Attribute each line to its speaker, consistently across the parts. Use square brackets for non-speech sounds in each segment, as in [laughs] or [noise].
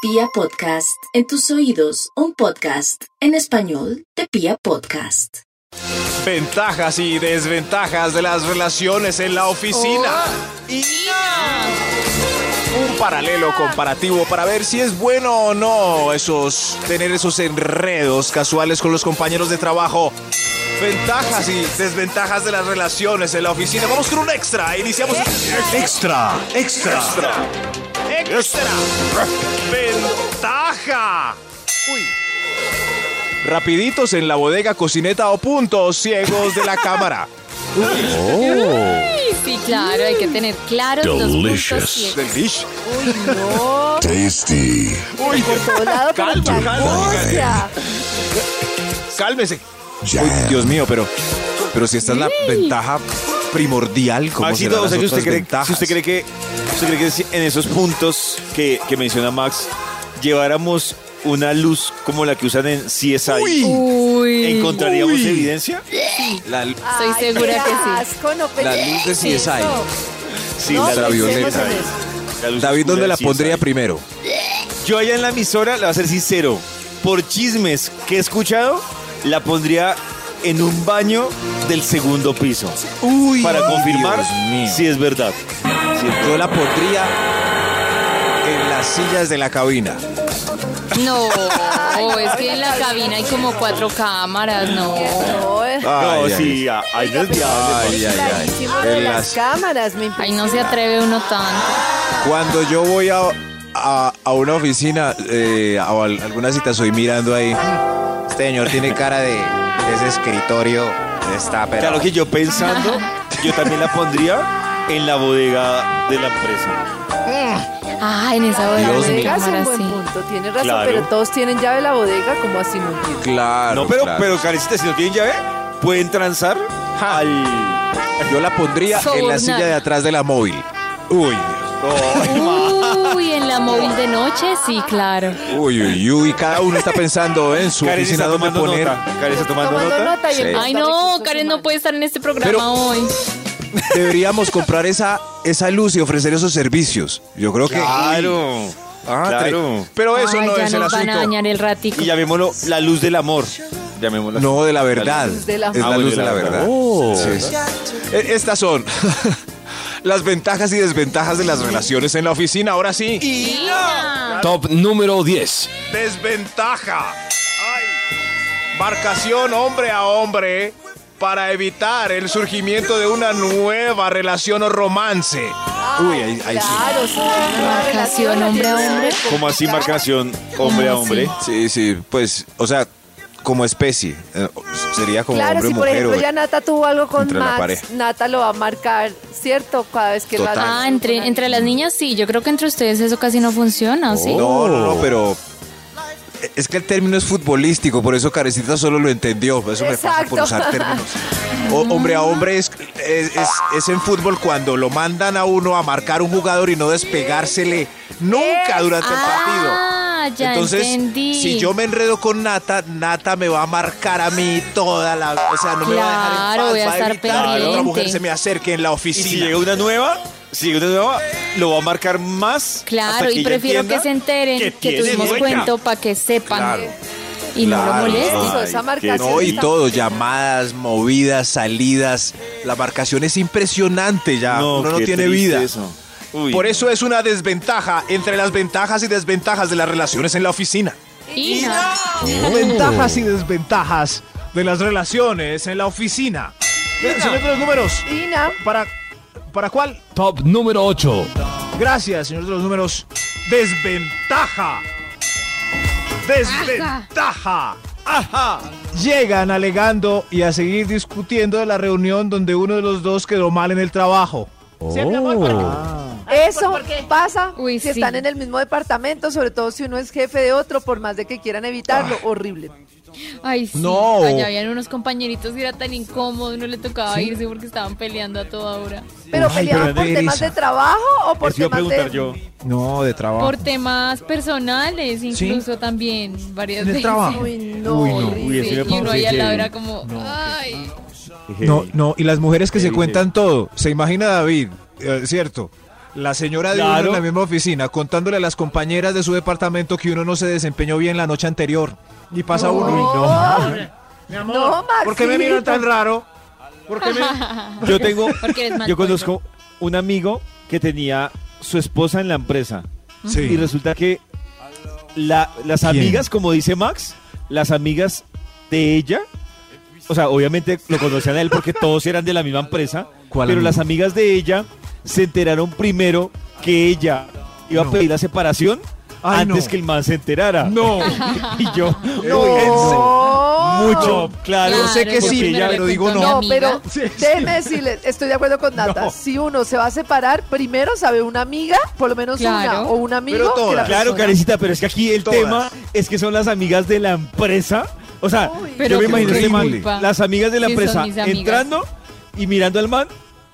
Speaker 1: Pia Podcast, en tus oídos, un podcast en español de Pia Podcast.
Speaker 2: Ventajas y desventajas de las relaciones en la oficina. Oh, Y un paralelo comparativo para ver si es bueno o no esos tener esos enredos casuales con los compañeros de trabajo. Ventajas y desventajas de las relaciones en la oficina. Vamos con un extra. Iniciamos.
Speaker 3: Extra, extra.
Speaker 2: Extra. Extra. Ventaja. Rapiditos en la bodega, cocineta o puntos ciegos de la [laughs] cámara.
Speaker 4: Sí, claro, hay que tener claros
Speaker 3: Delicious.
Speaker 4: los puntos
Speaker 2: Delish. Este,
Speaker 3: Tasty.
Speaker 2: Uy,
Speaker 5: lado, pero
Speaker 2: Calma,
Speaker 5: qué
Speaker 2: calma.
Speaker 5: angustia.
Speaker 2: cálmese.
Speaker 3: Ya.
Speaker 2: Uy, Dios mío, pero, pero si esta es la ventaja primordial, ¿cómo
Speaker 6: Maxito,
Speaker 2: serán
Speaker 6: o sea,
Speaker 2: las
Speaker 6: que usted
Speaker 2: otras
Speaker 6: cree,
Speaker 2: ventajas?
Speaker 6: si usted cree que usted cree que si en esos puntos que, que menciona Max lleváramos una luz como la que usan en CSI,
Speaker 2: Uy,
Speaker 4: Uy,
Speaker 6: encontraríamos
Speaker 2: Uy.
Speaker 6: evidencia?
Speaker 2: la,
Speaker 4: Soy
Speaker 5: Ay,
Speaker 4: segura
Speaker 5: qué
Speaker 4: que sí.
Speaker 5: asco, no
Speaker 2: La luz de
Speaker 5: pensé
Speaker 2: CSI.
Speaker 5: eso.
Speaker 6: Sí,
Speaker 5: No,
Speaker 6: la
Speaker 5: pensemos en
Speaker 2: violeta.
Speaker 5: eso.
Speaker 6: la luz
Speaker 2: David,
Speaker 6: oscura
Speaker 2: ¿dónde
Speaker 6: del
Speaker 2: la
Speaker 6: CSI.
Speaker 2: pondría primero?
Speaker 6: Yo allá en la emisora, le voy a ser sincero, por chismes que he escuchado, la pondría en un baño del segundo piso
Speaker 2: Uy,
Speaker 6: para confirmar
Speaker 2: Dios mío.
Speaker 6: si es verdad. Si es-
Speaker 2: Yo la pondría en las sillas de la cabina. [laughs]
Speaker 4: No, oh, es que en la cabina hay como cuatro cámaras, no.
Speaker 5: No, es
Speaker 6: no,
Speaker 2: Ay, ay,
Speaker 6: sí, ah, ahí no es viable.
Speaker 2: Ay, ay, ay.
Speaker 5: clarísimo de
Speaker 2: En
Speaker 5: las
Speaker 2: las-
Speaker 5: cámaras, me
Speaker 4: Ay, no se atreve uno tanto.
Speaker 2: Cuando yo voy a, a, a una oficina eh, a al- alguna cita, soy mirando ahí. Este señor tiene cara de, de ese escritorio. Está, pero.
Speaker 6: Claro que yo pensando, yo también la pondría en la bodega de la empresa.
Speaker 4: Ah, en esa bodega
Speaker 2: Dios
Speaker 4: de
Speaker 2: mío.
Speaker 5: Hace un
Speaker 4: cámaras,
Speaker 5: buen
Speaker 4: sí.
Speaker 5: punto, tienes razón,
Speaker 6: Claro.
Speaker 5: pero todos tienen llave en la bodega, como así no entiendo.
Speaker 2: Claro,
Speaker 6: no, pero,
Speaker 2: claro.
Speaker 6: pero Karencita, si no tienen llave, pueden transar al.
Speaker 2: Yo la pondría en la
Speaker 4: Sobornar.
Speaker 2: silla de atrás de la móvil. Uy,
Speaker 6: Oh,
Speaker 4: Uy, en la móvil de noche, sí, claro.
Speaker 2: uy, uy, uy. Cada uno está pensando en su
Speaker 6: Karen
Speaker 2: oficina
Speaker 6: está
Speaker 2: dónde
Speaker 6: tomando
Speaker 2: poner.
Speaker 6: nota. Karen está tomando,
Speaker 5: Tomando
Speaker 6: nota.
Speaker 5: nota y el
Speaker 2: Sí.
Speaker 5: resto
Speaker 4: Ay,
Speaker 5: de
Speaker 4: no,
Speaker 5: recursos
Speaker 4: Karen no
Speaker 5: humanos.
Speaker 4: puede estar en este programa
Speaker 2: Pero-
Speaker 4: hoy.
Speaker 2: Deberíamos comprar esa, esa luz y ofrecer esos servicios. Yo creo que.
Speaker 6: Claro.
Speaker 2: Ah, tre-
Speaker 6: claro.
Speaker 2: Pero eso
Speaker 4: Ay,
Speaker 2: no
Speaker 4: ya
Speaker 2: es el
Speaker 4: nos van a
Speaker 2: asunto.
Speaker 4: dañar el ratico.
Speaker 6: Y llamémoslo la luz del amor. Llamémosla.
Speaker 2: No, de la verdad.
Speaker 5: luz de la- Oh.
Speaker 2: Es
Speaker 6: Ah,
Speaker 2: la
Speaker 6: bueno,
Speaker 2: luz de la verdad. Sí, sí. E- Estas son [laughs] las ventajas y desventajas de las relaciones en la oficina. Ahora sí.
Speaker 3: Top número 10.
Speaker 2: Desventaja. Ay. Marcación hombre a hombre para evitar el surgimiento de una nueva relación o romance. Uy, ahí, ahí sí.
Speaker 5: Claro, sí, una relación
Speaker 4: Marcación hombre a hombre.
Speaker 6: Como así marcación hombre a hombre.
Speaker 2: Sí, sí, pues, o sea, como especie. eh, Sería como
Speaker 5: Claro,
Speaker 2: hombre
Speaker 5: si
Speaker 2: o
Speaker 5: por
Speaker 2: mujer.
Speaker 5: ejemplo
Speaker 2: o-
Speaker 5: ya Nata tuvo algo con
Speaker 2: entre la
Speaker 5: Max,
Speaker 2: pareja.
Speaker 5: Nata lo va a marcar, ¿cierto? Cada vez que lo
Speaker 2: Total.
Speaker 5: haga.
Speaker 4: Ah, entre, entre las niñas sí, yo creo que entre ustedes eso casi no funciona, ¿o sí?
Speaker 2: No, no, no,
Speaker 6: Oh.
Speaker 2: pero. Es que el término es futbolístico, por eso Carecita solo lo entendió. Eso me pasa por
Speaker 5: Exacto.
Speaker 2: usar
Speaker 4: [laughs]
Speaker 2: términos. O- hombre a hombre es, es, es- es en fútbol cuando lo mandan a uno a marcar un jugador y no despegársele nunca durante el partido.
Speaker 4: Ah, ya
Speaker 2: Entonces,
Speaker 4: entendí.
Speaker 2: si yo me enredo con Nata, Nata me va a marcar a mí toda la. O sea, no me va a dejar en
Speaker 4: Claro,
Speaker 2: paz,
Speaker 4: voy a
Speaker 2: va
Speaker 4: estar
Speaker 2: evitar que otra
Speaker 4: pendiente.
Speaker 2: mujer se me acerque en la
Speaker 6: Y si
Speaker 2: oficina.
Speaker 6: llega una nueva, si llega una nueva, lo va a marcar más. hasta
Speaker 4: Claro, y
Speaker 6: ella
Speaker 4: prefiero
Speaker 6: entienda
Speaker 4: que se enteren que,
Speaker 6: tiene
Speaker 4: tuvimos
Speaker 6: dueña.
Speaker 4: cuento para que sepan
Speaker 2: Claro,
Speaker 4: y no
Speaker 2: claro.
Speaker 4: lo molesten.
Speaker 5: Eso, esa
Speaker 6: Ay, qué
Speaker 5: marcación
Speaker 2: No, y
Speaker 5: está-
Speaker 2: todo, llamadas, movidas, salidas. La marcación es impresionante ya. uno no
Speaker 6: Ah, qué
Speaker 2: tiene
Speaker 6: triste
Speaker 2: vida.
Speaker 6: eso. Uy,
Speaker 2: Por
Speaker 6: no.
Speaker 2: eso es una desventaja entre las ventajas y desventajas de las relaciones en la oficina.
Speaker 4: Y nada. Oh.
Speaker 2: Ventajas y desventajas de las relaciones en la oficina. Señor de los números,
Speaker 5: Ina,
Speaker 2: ¿para, para cuál?
Speaker 3: Top número 8.
Speaker 2: Gracias, señor de los números. Desventaja. Desventaja. Ajá. Llegan alegando y a seguir discutiendo de la reunión donde uno de los dos quedó mal en el trabajo. pues,
Speaker 5: eso pasa
Speaker 4: Uy,
Speaker 5: si
Speaker 4: sí.
Speaker 5: están en el mismo departamento, sobre todo si uno es jefe de otro, por más de que quieran evitarlo,
Speaker 2: Ah.
Speaker 5: horrible.
Speaker 4: Ay, sí.
Speaker 2: No.
Speaker 4: Allá habían unos compañeritos que era tan incómodo, no le tocaba irse porque estaban peleando a toda hora.
Speaker 5: ¿Pero
Speaker 2: Ay,
Speaker 5: peleaban
Speaker 2: pero
Speaker 5: por
Speaker 2: qué
Speaker 5: temas
Speaker 2: pereza.
Speaker 5: de trabajo o por
Speaker 6: Eso iba a
Speaker 5: temas de...?
Speaker 6: preguntar yo.
Speaker 2: No, de trabajo.
Speaker 4: Por temas personales, incluso también, varias
Speaker 2: En el
Speaker 4: veces.
Speaker 2: trabajo.
Speaker 5: Uy, no, horrible.
Speaker 6: Uy, eso
Speaker 4: Sí,
Speaker 6: me
Speaker 4: y uno
Speaker 6: parece
Speaker 4: ahí al lado
Speaker 6: que-
Speaker 4: era como, ay,
Speaker 2: No, no, y las mujeres que se
Speaker 6: heavy.
Speaker 2: cuentan todo. Se imagina David, eh, ¿cierto? La señora de uno
Speaker 6: Claro.
Speaker 2: en la misma oficina contándole a las compañeras de su departamento que uno no se desempeñó bien la noche anterior. Y pasa uno.
Speaker 7: Mi amor,
Speaker 5: No, Maxito.
Speaker 2: ¿Por qué me miran tan raro? ¿Por qué me.?
Speaker 6: Yo tengo,
Speaker 4: [laughs] Porque eres mal
Speaker 6: yo
Speaker 4: pollo.
Speaker 6: conozco un amigo que tenía su esposa en la empresa. Y resulta que la- las
Speaker 2: ¿Quién?
Speaker 6: amigas, como dice Max, las amigas de ella, o sea, obviamente lo conocían a él porque todos eran de la misma empresa,
Speaker 2: ¿Cuál
Speaker 6: pero
Speaker 2: amigo?
Speaker 6: las amigas de ella se enteraron primero que ella iba
Speaker 2: No.
Speaker 6: a pedir la separación
Speaker 2: Ay,
Speaker 6: antes
Speaker 2: no.
Speaker 6: que el man se enterara.
Speaker 2: No.
Speaker 6: [laughs] y
Speaker 2: [laughs]
Speaker 6: yo,
Speaker 5: No.
Speaker 6: mucho, claro.
Speaker 2: Yo sé que
Speaker 6: porque
Speaker 2: sí,
Speaker 6: ella-
Speaker 2: pero digo
Speaker 4: contó
Speaker 2: no.
Speaker 4: a
Speaker 5: No,
Speaker 4: mi
Speaker 5: pero
Speaker 4: amiga.
Speaker 5: déjeme decirle, estoy de acuerdo con Nata.
Speaker 6: No.
Speaker 5: Si uno se va a separar, primero sabe una amiga, por lo menos una,
Speaker 4: Claro.
Speaker 5: o un amigo.
Speaker 2: Pero
Speaker 5: que la
Speaker 2: todas.
Speaker 6: Claro,
Speaker 5: persona-
Speaker 6: Carecita, pero es que aquí el
Speaker 2: Todas.
Speaker 6: tema es que son las amigas de la empresa. O sea,
Speaker 5: Uy.
Speaker 4: Pero
Speaker 6: yo me
Speaker 4: qué
Speaker 6: imagino este
Speaker 4: culpa.
Speaker 6: man, las amigas de la
Speaker 4: Sí, son
Speaker 6: empresa
Speaker 4: mis amigas.
Speaker 6: entrando y mirando al man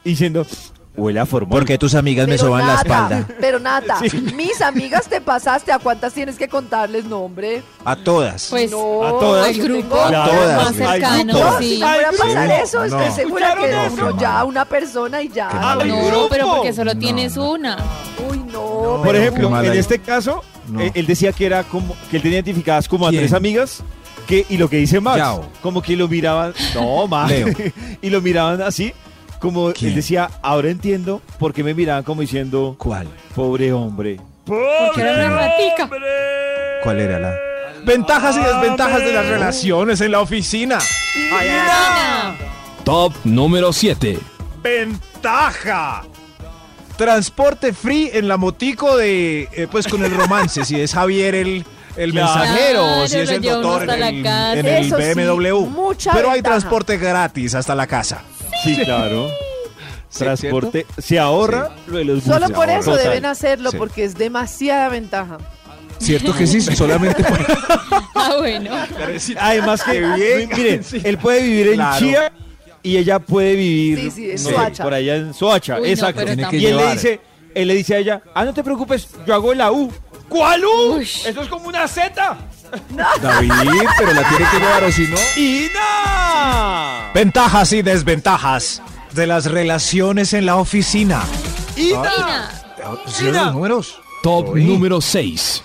Speaker 6: y diciendo, huele a formal.
Speaker 2: tus amigas
Speaker 5: Pero Nata, [laughs] Pero Nata, mis amigas te pasaste, ¿a cuántas tienes que contarles nombre?
Speaker 2: A todas.
Speaker 4: Pues
Speaker 5: no,
Speaker 6: a todas.
Speaker 4: al
Speaker 5: yo
Speaker 4: grupo
Speaker 5: tengo-
Speaker 6: Claro,
Speaker 2: Oh, todas,
Speaker 4: más
Speaker 2: güey.
Speaker 4: cercano,
Speaker 6: Al
Speaker 5: No,
Speaker 6: grupo.
Speaker 5: si
Speaker 4: sí.
Speaker 5: me fuera a
Speaker 6: Sí,
Speaker 5: pasar
Speaker 2: no,
Speaker 5: eso, estoy
Speaker 2: no.
Speaker 5: segura que
Speaker 6: ¿Escucharon
Speaker 5: uno
Speaker 2: eso?
Speaker 5: ya una persona y ya.
Speaker 2: Qué mal
Speaker 6: al
Speaker 4: No,
Speaker 6: grupo.
Speaker 4: pero porque solo tienes
Speaker 2: no.
Speaker 4: una.
Speaker 5: Uy, no.
Speaker 6: Por
Speaker 2: No,
Speaker 6: ejemplo,
Speaker 2: qué mal
Speaker 6: en
Speaker 2: ahí.
Speaker 6: este caso,
Speaker 2: No.
Speaker 6: eh, él decía que era como que él tenía identificadas como
Speaker 2: ¿Quién?
Speaker 6: a tres amigas. Que, y lo que dice Max,
Speaker 2: Yao.
Speaker 6: como que lo miraban,
Speaker 2: [laughs]
Speaker 6: no, Max,
Speaker 2: Leo.
Speaker 6: [laughs] y lo miraban así, como
Speaker 2: ¿Quién?
Speaker 6: él decía, ahora entiendo por qué me miraban como diciendo,
Speaker 2: ¿Cuál?
Speaker 6: pobre hombre,
Speaker 4: Porque era una ratica.
Speaker 2: ¿Cuál era la? Ventajas y desventajas de las relaciones en la oficina.
Speaker 3: Top número 7.
Speaker 2: ¡Ventaja! Transporte free en la motico de. eh, pues con el romance, si es Javier el. El
Speaker 6: Claro,
Speaker 2: mensajero, o si
Speaker 4: lo
Speaker 2: es el
Speaker 4: lleva uno
Speaker 2: doctor en
Speaker 4: hasta la
Speaker 2: el,
Speaker 4: casa.
Speaker 2: en el
Speaker 5: Eso sí,
Speaker 2: BMW.
Speaker 5: mucha
Speaker 2: Pero hay
Speaker 5: ventaja.
Speaker 2: transporte gratis hasta la casa.
Speaker 6: Sí, claro.
Speaker 2: [laughs] Sí,
Speaker 6: Transporte. Se ahorra lo de los buses.
Speaker 5: Solo por eso
Speaker 6: Total.
Speaker 5: deben hacerlo,
Speaker 2: Sí.
Speaker 5: porque es demasiada ventaja.
Speaker 2: Cierto que sí, [laughs] solamente para
Speaker 4: Ah, bueno.
Speaker 2: [laughs]
Speaker 6: Además que,
Speaker 2: bien.
Speaker 6: miren,
Speaker 2: Sí.
Speaker 6: él puede vivir en
Speaker 2: Claro.
Speaker 6: Chía y ella puede vivir
Speaker 5: Sí, sí, en
Speaker 6: no sé,
Speaker 5: Soacha.
Speaker 6: por allá en Soacha.
Speaker 4: Uy, no,
Speaker 6: exacto.
Speaker 4: pero Tiene
Speaker 2: que
Speaker 6: y él le
Speaker 2: llevar.
Speaker 6: dice, él le dice a ella, ah, no te preocupes, yo hago la U. ¿Cuál U?
Speaker 4: Uy.
Speaker 6: Eso es como una Z.
Speaker 2: David, pero la tiene que llevar o si no.
Speaker 6: ¡Ina!
Speaker 2: Ventajas y desventajas de las relaciones en la oficina.
Speaker 4: Mira,
Speaker 2: ¿Cierran los números?
Speaker 3: Top
Speaker 2: Uy.
Speaker 3: número 6.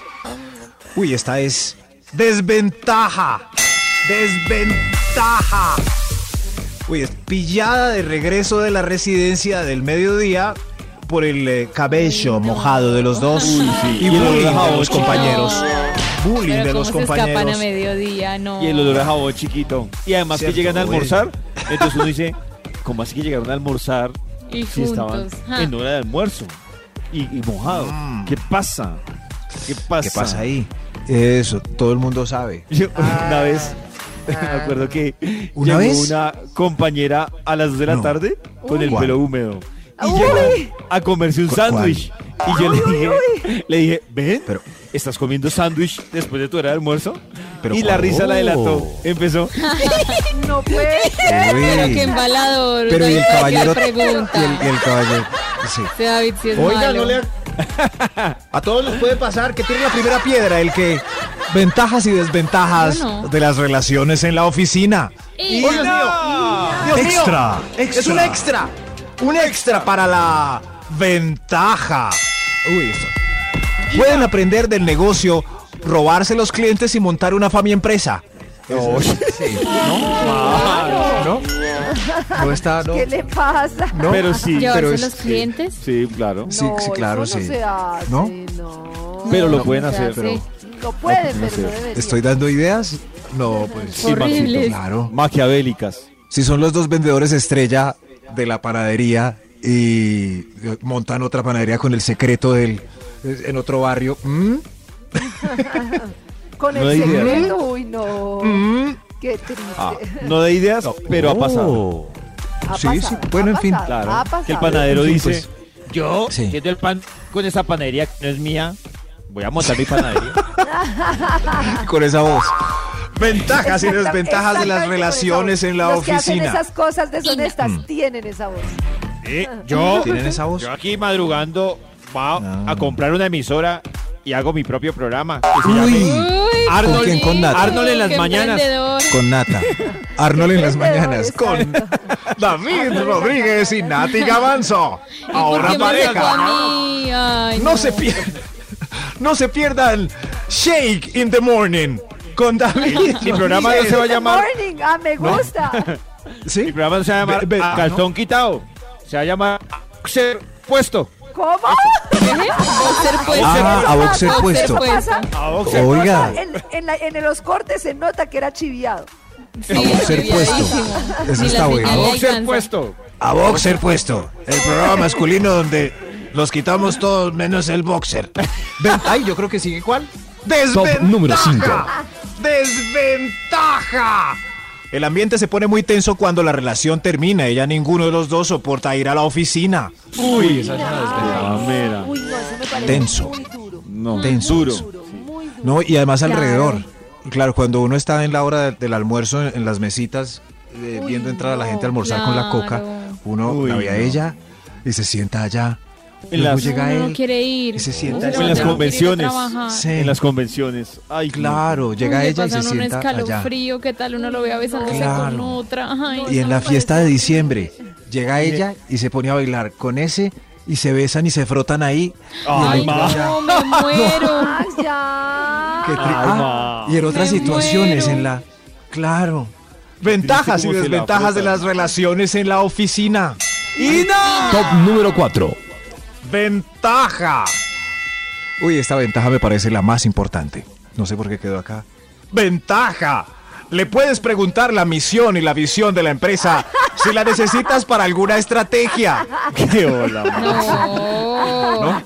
Speaker 2: Uy, esta es desventaja. Desventaja. Uy, es pillada de regreso de la residencia del mediodía por el eh, cabello mojado de los dos y
Speaker 6: Y el olor
Speaker 2: bullying
Speaker 6: a
Speaker 2: de los
Speaker 6: jabón.
Speaker 2: compañeros. Bullying
Speaker 4: pero
Speaker 2: de
Speaker 4: cómo
Speaker 2: los
Speaker 4: se escapan a
Speaker 2: compañeros.
Speaker 4: mediodía, no.
Speaker 6: Y el olor a jabón chiquito. Y además
Speaker 2: Cierto,
Speaker 6: que llegan a
Speaker 2: güey.
Speaker 6: almorzar, entonces uno dice, [laughs] ¿cómo así que llegaron a almorzar
Speaker 4: Y
Speaker 6: si estaban
Speaker 4: juntos. ja.
Speaker 6: en hora de almuerzo y, y mojado.
Speaker 2: Mm.
Speaker 6: ¿Qué pasa? ¿Qué pasa?
Speaker 2: ¿Qué pasa ahí? Eso, todo el mundo sabe.
Speaker 6: [laughs] Yo, una
Speaker 4: Ah,
Speaker 6: vez, [laughs] me acuerdo que
Speaker 2: ¿Una
Speaker 6: llegó
Speaker 2: vez?
Speaker 6: una compañera a las 2 de la
Speaker 2: No.
Speaker 6: tarde con el
Speaker 2: ¿Cuál?
Speaker 6: pelo húmedo. Y
Speaker 5: Uy.
Speaker 6: llegó a comerse un
Speaker 2: ¿Cu-
Speaker 6: sándwich. Y yo le dije, le dije, ven,
Speaker 2: Pero-
Speaker 6: ¿estás comiendo sándwich después de tu hora de almuerzo?
Speaker 2: Pero
Speaker 6: y la
Speaker 2: ¿cuál?
Speaker 6: risa la delató.
Speaker 2: Oh.
Speaker 6: Empezó.
Speaker 5: No
Speaker 2: [laughs]
Speaker 5: puede
Speaker 4: Pero
Speaker 2: Uy.
Speaker 4: qué embalador.
Speaker 2: Pero y
Speaker 4: David,
Speaker 2: el
Speaker 4: ¿por qué
Speaker 2: caballero.
Speaker 4: pregunta?
Speaker 2: Y el, y el caballero. Sí.
Speaker 4: Este David sí es malo.
Speaker 2: A todos les puede pasar que tiene la primera piedra el que. Ventajas y desventajas
Speaker 4: Yo no.
Speaker 2: de las relaciones en la oficina.
Speaker 4: Y-
Speaker 2: ¡Oh, Dios mío! ¡Dios mío!
Speaker 3: Extra,
Speaker 2: Es un extra. Un extra para la ventaja. Uy, eso. Pueden aprender del negocio, robarse los clientes y montar una familia empresa. [laughs] ¿No? No está, no.
Speaker 5: ¿Qué le pasa?
Speaker 2: No.
Speaker 6: Pero sí.
Speaker 4: ¿Llevarse
Speaker 2: pero es-
Speaker 4: los clientes?
Speaker 6: Sí, claro.
Speaker 2: Sí, sí, claro,
Speaker 5: eso
Speaker 2: sí.
Speaker 5: No, se hace,
Speaker 2: ¿No?
Speaker 5: ¿No?
Speaker 6: Pero lo
Speaker 4: No,
Speaker 6: pueden
Speaker 4: o sea,
Speaker 6: hacer.
Speaker 4: sí.
Speaker 5: Lo pueden, pero no
Speaker 6: sé.
Speaker 5: deberían.
Speaker 2: ¿Estoy dando ideas? No, pues.
Speaker 4: Horribles.
Speaker 2: Maxito, Claro.
Speaker 6: Maquiavélicas.
Speaker 2: Si son los dos vendedores estrella de la panadería y eh, montan otra panadería con el secreto del eh, en otro barrio. ¿Mm?
Speaker 5: Con
Speaker 6: No
Speaker 5: el
Speaker 6: hay idea.
Speaker 5: secreto, uy, no.
Speaker 2: Mm.
Speaker 5: Qué triste.
Speaker 6: Ah, no Oh. de ideas, pero ha pasado.
Speaker 5: Ha
Speaker 2: sí, sí,
Speaker 5: pasado,
Speaker 2: bueno,
Speaker 5: ha
Speaker 2: en fin.
Speaker 5: pasado,
Speaker 6: Claro.
Speaker 5: ha pasado.
Speaker 6: Que el panadero
Speaker 2: Sí,
Speaker 6: dice,
Speaker 2: pues.
Speaker 6: yo
Speaker 2: Sí.
Speaker 6: que el pan con esa panadería que no es mía, voy a montar mi panadería. [laughs]
Speaker 2: Con esa voz. Ventajas y
Speaker 5: Exacta-
Speaker 2: desventajas de las
Speaker 5: exactamente con esa
Speaker 2: relaciones
Speaker 5: voz.
Speaker 2: en la
Speaker 5: Los que hacen
Speaker 2: oficina. Mm.
Speaker 5: esas cosas deshonestas tienen esa voz.
Speaker 6: Eh, yo,
Speaker 2: ¿Tienen esa voz?
Speaker 6: yo aquí madrugando va a comprar una emisora y hago mi propio programa. que se llama
Speaker 2: Uy,
Speaker 4: Uy,
Speaker 2: Arnold-
Speaker 4: David,
Speaker 2: ¿Quién con Nat?
Speaker 6: Arnold en las
Speaker 4: qué
Speaker 6: mañanas.
Speaker 5: [laughs]
Speaker 4: emprendedor.
Speaker 2: con nata. Arnold en las mañanas.
Speaker 5: Exacto.
Speaker 2: Con
Speaker 7: David Rodríguez y Nati Gavanzo. Ahora
Speaker 4: ¿Por qué me tocó
Speaker 7: pareja.
Speaker 4: a mí? Ay,
Speaker 7: No se
Speaker 2: [laughs]
Speaker 7: pierdan. No se pierdan Shake in the Morning con David.
Speaker 2: [laughs]
Speaker 8: Mi programa no se va a
Speaker 5: Good
Speaker 8: llamar.
Speaker 5: morning. Ah, me gusta.
Speaker 8: Mi
Speaker 7: ¿Sí?
Speaker 8: programa no se va a llamar
Speaker 7: Ve- ve- ah,
Speaker 8: Calzón Quitado. Se va a llamar Ser Puesto.
Speaker 5: ¿Cómo?
Speaker 4: Boxer puesto.
Speaker 2: Ah, a boxer
Speaker 4: Boxer
Speaker 2: puesto.
Speaker 4: puesto.
Speaker 5: Pasa-
Speaker 8: A
Speaker 5: pasa
Speaker 2: Oiga.
Speaker 5: En, en la- en los cortes se nota que era chiviado.
Speaker 4: Sí,
Speaker 2: boxer
Speaker 4: olvidadísimo.
Speaker 2: puesto. Eso
Speaker 4: Ni la
Speaker 2: está bueno.
Speaker 4: final le
Speaker 8: Boxer
Speaker 4: alcanza.
Speaker 8: Puesto.
Speaker 2: A boxer puesto. El programa masculino donde los quitamos todos menos el boxer.
Speaker 7: Ven- Ay, yo creo que sigue cuál.
Speaker 3: Top
Speaker 7: Desventaja.
Speaker 3: número 5.
Speaker 7: Desventaja.
Speaker 2: El ambiente se pone muy tenso cuando la relación termina y ya ninguno de los dos soporta ir a la oficina.
Speaker 8: Uy, esa es una desventaja.
Speaker 5: Uy, no, eso me parece
Speaker 2: Tenso.
Speaker 5: muy duro.
Speaker 6: No.
Speaker 2: Tenso.
Speaker 5: duro, muy duro.
Speaker 2: No, y además
Speaker 5: Claro.
Speaker 2: alrededor. Claro, cuando uno está en la hora de- del almuerzo, en, en las mesitas, eh,
Speaker 5: Uy,
Speaker 2: viendo entrar a la
Speaker 5: no,
Speaker 2: gente a almorzar con la coca,
Speaker 4: claro.
Speaker 2: uno
Speaker 6: Uy,
Speaker 2: la ve a
Speaker 6: no.
Speaker 2: ella y se sienta allá.
Speaker 6: En
Speaker 2: Luego
Speaker 6: las-
Speaker 2: llega
Speaker 4: Uno no
Speaker 2: él.
Speaker 4: quiere ir.
Speaker 2: y se
Speaker 4: Uno
Speaker 2: sienta
Speaker 4: se
Speaker 2: en las
Speaker 4: levanta, uno quiere ir a
Speaker 6: convenciones.
Speaker 4: trabajar.
Speaker 2: Sí.
Speaker 6: En las convenciones. Ay,
Speaker 2: Claro, llega
Speaker 4: Uy, le
Speaker 2: ella y
Speaker 4: pasa a
Speaker 2: se
Speaker 4: uno un
Speaker 2: sienta allá.
Speaker 4: escalofrío, ¿qué tal uno lo vea besándose con
Speaker 2: Claro.
Speaker 4: otra? Ay,
Speaker 2: Y en la
Speaker 4: no.
Speaker 2: fiesta de diciembre llega ella y se pone a bailar con ese y se besan y se frotan ahí.
Speaker 4: Ay,
Speaker 6: Ay, ma.
Speaker 4: no, me muero.
Speaker 5: Max, ya.
Speaker 2: Qué tri-
Speaker 6: Ay,
Speaker 2: ah, y en otras
Speaker 4: Me
Speaker 2: situaciones
Speaker 4: muero.
Speaker 2: en la claro.
Speaker 7: Ventajas y
Speaker 6: como se la
Speaker 7: desventajas de
Speaker 6: frotan.
Speaker 7: las relaciones en la oficina.
Speaker 3: Top número 4.
Speaker 7: Ventaja.
Speaker 2: Uy, esta ventaja me parece la más importante. No sé por qué quedó acá.
Speaker 7: Ventaja. Le puedes preguntar la misión y la visión de la
Speaker 9: [laughs]
Speaker 7: empresa si la necesitas para alguna estrategia.
Speaker 6: Qué hola.
Speaker 4: pues,
Speaker 6: ma.
Speaker 4: No.
Speaker 2: No,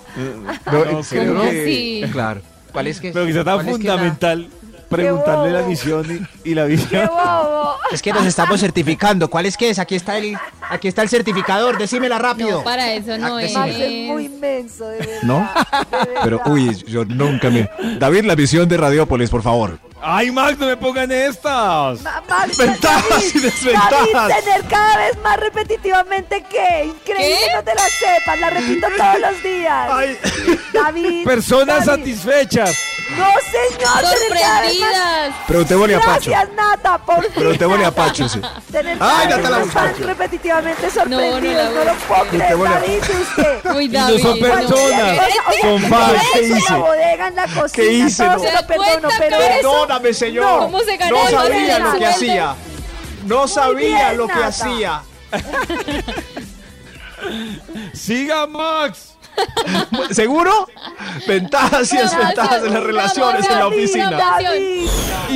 Speaker 2: creo
Speaker 4: ¿cómo
Speaker 2: que-
Speaker 4: así?
Speaker 2: claro. ¿Cuál es que
Speaker 6: Pero quizá tan
Speaker 2: cuál es que la-
Speaker 6: fundamental preguntarle la
Speaker 5: bobo.
Speaker 6: misión y, y la
Speaker 5: Qué
Speaker 6: visión.
Speaker 5: bobo.
Speaker 9: Es que nos estamos certificando. ¿Cuál es que es? Aquí está el, aquí está el certificador. Decímela rápido.
Speaker 4: No, para eso no
Speaker 9: Ah,
Speaker 4: es.
Speaker 5: Max es muy inmenso, de verdad.
Speaker 2: ¿No?
Speaker 5: de
Speaker 2: Pero
Speaker 5: verdad.
Speaker 2: uy, yo nunca me David, la visión de Radiopolis, por favor.
Speaker 6: Ay, Max, no me pongan estas.
Speaker 5: Ma- Max,
Speaker 7: Ventajas y
Speaker 5: David,
Speaker 7: desventajas.
Speaker 5: David, tener cada vez más repetitivamente que increíble
Speaker 4: ¿Qué?
Speaker 5: no te la sepas, la repito todos los días. David.
Speaker 8: Personas
Speaker 5: David.
Speaker 8: satisfechas.
Speaker 5: No, señor, tener cada vez más-
Speaker 4: Sorprendidas.
Speaker 2: Preguntémosle a Pacho.
Speaker 5: Gracias, Nata, por fin.
Speaker 2: Preguntémosle a
Speaker 5: Nata.
Speaker 2: Pacho, sí.
Speaker 5: Tener
Speaker 2: Ay,
Speaker 5: cada vez
Speaker 2: Nata la
Speaker 5: más
Speaker 2: buscó.
Speaker 5: fans repetitivamente
Speaker 4: No,
Speaker 5: sorprendidos,
Speaker 4: no
Speaker 5: no,
Speaker 4: la
Speaker 5: lo puedo creer,
Speaker 2: Preguntémosle a-
Speaker 5: David, usted.
Speaker 4: Uy,
Speaker 8: no
Speaker 4: David.
Speaker 8: son personas.
Speaker 5: Cualquier cosa,
Speaker 8: Son
Speaker 5: oye,
Speaker 8: fans,
Speaker 5: eso
Speaker 8: ¿qué
Speaker 5: en
Speaker 8: hice?
Speaker 5: la bodega, en la cocina,
Speaker 7: hice?
Speaker 5: todo
Speaker 7: No.
Speaker 5: se
Speaker 4: ¿Se
Speaker 5: lo
Speaker 4: da
Speaker 5: perdono,
Speaker 4: cuenta,
Speaker 5: pero
Speaker 4: cabeza?
Speaker 5: eso
Speaker 7: Perdóname, señor.
Speaker 4: ¿Cómo se ganó
Speaker 7: no
Speaker 5: el
Speaker 7: sabía
Speaker 5: dinero?
Speaker 7: lo que
Speaker 5: Suelta.
Speaker 7: hacía. No sabía
Speaker 5: bien,
Speaker 7: lo que
Speaker 5: Nata.
Speaker 7: hacía.
Speaker 8: Siga, Max.
Speaker 7: ¿Seguro? Ventajas y desventajas de las relaciones en la oficina.
Speaker 5: David,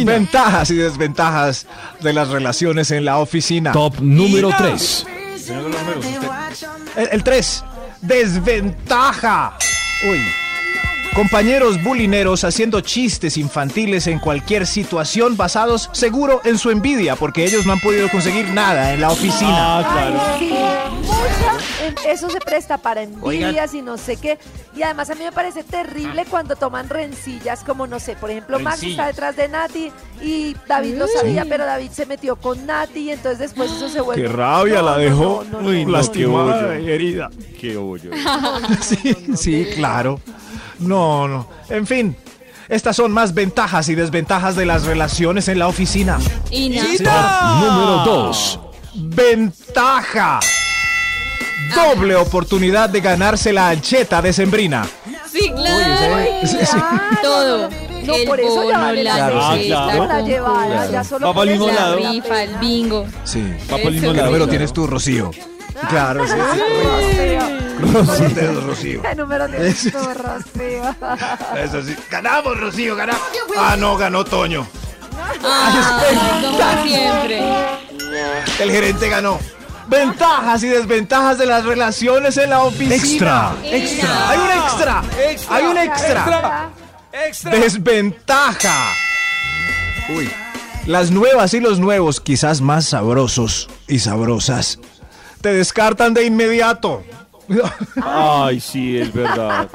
Speaker 2: Ventajas y desventajas de las relaciones en la oficina.
Speaker 3: Top número 3.
Speaker 2: El 3.
Speaker 7: Desventaja.
Speaker 2: Compañeros bulineros haciendo chistes infantiles en cualquier situación basados seguro en su envidia porque ellos no han podido conseguir nada en la oficina.
Speaker 6: Ah, claro.
Speaker 5: Ay, sí, mucha, em, eso se presta para envidias y no sé qué. Y además a mí me parece terrible cuando toman rencillas, como no sé, por ejemplo, Max está detrás de Nati y David lo sabía, pero David se metió con Nati y entonces después eso se vuelve.
Speaker 7: Qué rabia
Speaker 5: No,
Speaker 7: la
Speaker 5: no,
Speaker 7: dejó
Speaker 5: no, no,
Speaker 6: Uy,
Speaker 5: no,
Speaker 6: no,
Speaker 5: no,
Speaker 6: qué
Speaker 7: lastimada
Speaker 6: bollo.
Speaker 7: y herida.
Speaker 6: Qué hoyo.
Speaker 2: [laughs] Sí, sí, claro. No, no. En fin, estas son más ventajas y desventajas de las relaciones en la oficina.
Speaker 4: Y nada.
Speaker 7: ¡Quita!
Speaker 3: Número 2.
Speaker 7: Ventaja.
Speaker 2: Doble oportunidad de ganarse la ancheta decembrina.
Speaker 4: Sí, claro.
Speaker 5: claro.
Speaker 4: Todo.
Speaker 5: No,
Speaker 4: El
Speaker 5: por eso ya
Speaker 4: bono,
Speaker 5: vale
Speaker 4: la
Speaker 5: la
Speaker 6: Ah,
Speaker 4: cesta,
Speaker 6: claro.
Speaker 5: la
Speaker 4: con
Speaker 5: llevada,
Speaker 4: concurso,
Speaker 5: ya solo
Speaker 6: Va
Speaker 5: por
Speaker 6: pa'l mismo
Speaker 5: eso
Speaker 6: lado.
Speaker 5: vale
Speaker 4: La rifa, el
Speaker 5: pena.
Speaker 4: bingo.
Speaker 2: Sí.
Speaker 6: Va por el mismo
Speaker 4: Eso.
Speaker 2: Claro,
Speaker 6: lado.
Speaker 2: pero tienes tú, Rocío. Claro, sí. [laughs] Ustedes, Rocío.
Speaker 5: [laughs] Número de
Speaker 2: [laughs]
Speaker 5: todo rastreo.
Speaker 2: Eso sí. Ganamos, Rocío, ganamos. Ah, no, ganó Toño.
Speaker 4: Ah, como siempre.
Speaker 5: Ah,
Speaker 2: El gerente ganó.
Speaker 7: Ventajas y desventajas de las relaciones en la oficina.
Speaker 2: Extra.
Speaker 4: Extra.
Speaker 7: Hay un extra.
Speaker 8: Extra.
Speaker 7: Hay un extra.
Speaker 8: Extra.
Speaker 7: Desventaja.
Speaker 2: Uy. Las nuevas y los nuevos, quizás más sabrosos y sabrosas.
Speaker 7: Te descartan de inmediato.
Speaker 6: Ay, sí, es verdad.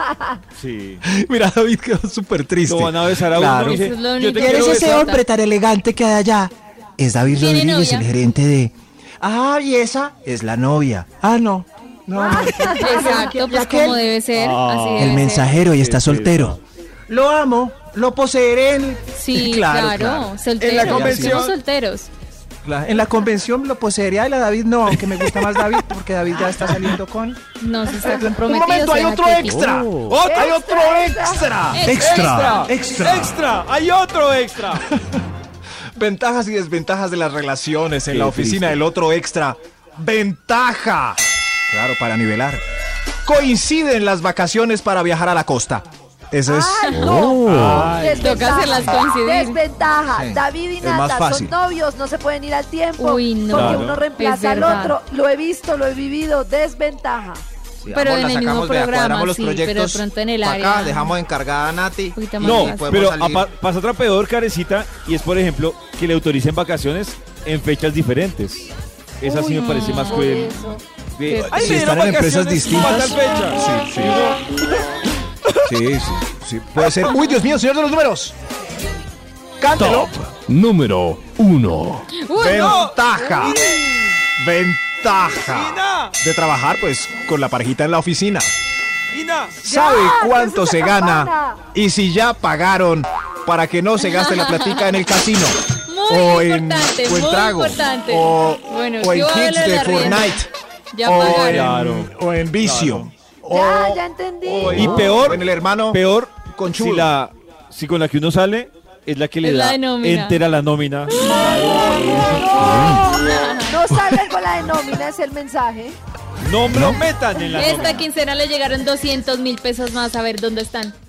Speaker 6: Sí.
Speaker 2: [laughs] Mira, David quedó súper triste.
Speaker 6: Lo van a besar a
Speaker 2: Claro.
Speaker 6: uno. y
Speaker 4: Eso
Speaker 6: dice,
Speaker 4: es lo
Speaker 6: yo te
Speaker 4: único.
Speaker 6: quiero
Speaker 9: ¿Quién es ese
Speaker 4: Exacto.
Speaker 9: hombre tan elegante que hay allá? Es David
Speaker 4: ¿Tiene
Speaker 9: Rodríguez,
Speaker 4: novia?
Speaker 9: el gerente de. Ah, y esa es la novia. Ah, no. No, no.
Speaker 4: Exacto, pues
Speaker 9: Raquel,
Speaker 4: como debe ser. Así
Speaker 9: [laughs]
Speaker 4: debe
Speaker 9: El
Speaker 4: ser.
Speaker 9: mensajero y está soltero. Lo amo, lo poseeré. en-
Speaker 4: Sí,
Speaker 9: Claro,
Speaker 4: claro.
Speaker 9: claro.
Speaker 4: Solteros.
Speaker 8: convención-
Speaker 4: Somos solteros.
Speaker 10: La- en la convención lo poseería de la David, no, aunque me gusta más David, porque David ya está saliendo con.
Speaker 4: No se está comprometido.
Speaker 2: Un momento, hay
Speaker 4: sean
Speaker 2: otro
Speaker 4: activos.
Speaker 2: extra.
Speaker 3: Oh.
Speaker 2: Ot- Hay otro
Speaker 5: Extra,
Speaker 2: extra.
Speaker 3: Extra,
Speaker 2: ¿Eh?
Speaker 11: extra, hay otro extra.
Speaker 2: Ventajas y desventajas de las relaciones en la oficina del otro extra. Ventaja. Claro, para nivelar. Coinciden las vacaciones para viajar a la costa. Eso es. oh.
Speaker 5: Ay, no. Desventaja.
Speaker 4: Toca hacerlas coincidir.
Speaker 5: Desventaja.
Speaker 2: Sí.
Speaker 5: David y
Speaker 2: Es más
Speaker 5: Nata son
Speaker 2: fácil.
Speaker 5: novios, no se pueden ir al tiempo.
Speaker 4: Uy, no.
Speaker 5: Porque
Speaker 4: Claro.
Speaker 5: uno reemplaza
Speaker 4: Es
Speaker 5: al
Speaker 4: verdad.
Speaker 5: otro. Lo he visto, lo he vivido. Desventaja.
Speaker 4: Pero en el mismo
Speaker 10: sacamos de-
Speaker 4: programa,
Speaker 10: cuadramos los
Speaker 4: sí,
Speaker 10: proyectos
Speaker 4: pero de pronto en el
Speaker 10: pa'
Speaker 4: área.
Speaker 10: Acá dejamos encargada a Nati.
Speaker 4: poquito más
Speaker 6: No,
Speaker 4: fácil.
Speaker 10: podemos
Speaker 6: pero
Speaker 10: salir.
Speaker 6: apa- pasa otra peor, carecita, y es, por ejemplo, que le autoricen vacaciones en fechas diferentes. Esa sí me parece más
Speaker 5: Por
Speaker 6: cruel.
Speaker 5: eso.
Speaker 6: De-
Speaker 4: Qué
Speaker 6: Ay,
Speaker 12: Si
Speaker 6: me dieron
Speaker 12: están en empresas
Speaker 6: vacaciones,
Speaker 12: distintas.
Speaker 6: fatal fecha.
Speaker 12: Sí, sí. Sí, sí, sí, Puede ser. Uy, Dios mío, señor de los números.
Speaker 3: Top número 1.
Speaker 4: Uy, no.
Speaker 2: Ventaja. Ventaja. De trabajar, pues, con la parejita en la oficina.
Speaker 6: Ina,
Speaker 2: sabe
Speaker 5: Ya,
Speaker 2: cuánto
Speaker 5: eso
Speaker 2: se
Speaker 5: es la
Speaker 2: gana
Speaker 5: campana.
Speaker 2: y si ya pagaron para que no se gaste la platica en el casino.
Speaker 4: Muy importante,
Speaker 2: o en
Speaker 4: muy
Speaker 2: trago,
Speaker 4: importante.
Speaker 2: O,
Speaker 4: Bueno,
Speaker 2: o en
Speaker 4: yo hablo
Speaker 2: hits
Speaker 4: de
Speaker 2: de
Speaker 4: la rienda.
Speaker 2: Fortnite.
Speaker 4: Ya
Speaker 2: o,
Speaker 4: pagaron.
Speaker 2: En, o en vicio. O,
Speaker 5: Ya, ya entendí. Oh,
Speaker 2: o en-
Speaker 6: Y peor,
Speaker 2: o en el hermano.
Speaker 6: peor
Speaker 2: Conchudo.
Speaker 6: si la si con la que uno sale es la que le
Speaker 4: Es la
Speaker 6: da
Speaker 4: de nómina.
Speaker 6: entera la
Speaker 4: [gasps]
Speaker 6: nómina.
Speaker 5: No salgan con la de nómina, es el mensaje.
Speaker 6: No me lo metan en la nómina.
Speaker 4: Esta quincena le llegaron 200 mil pesos más. A ver, ¿dónde están?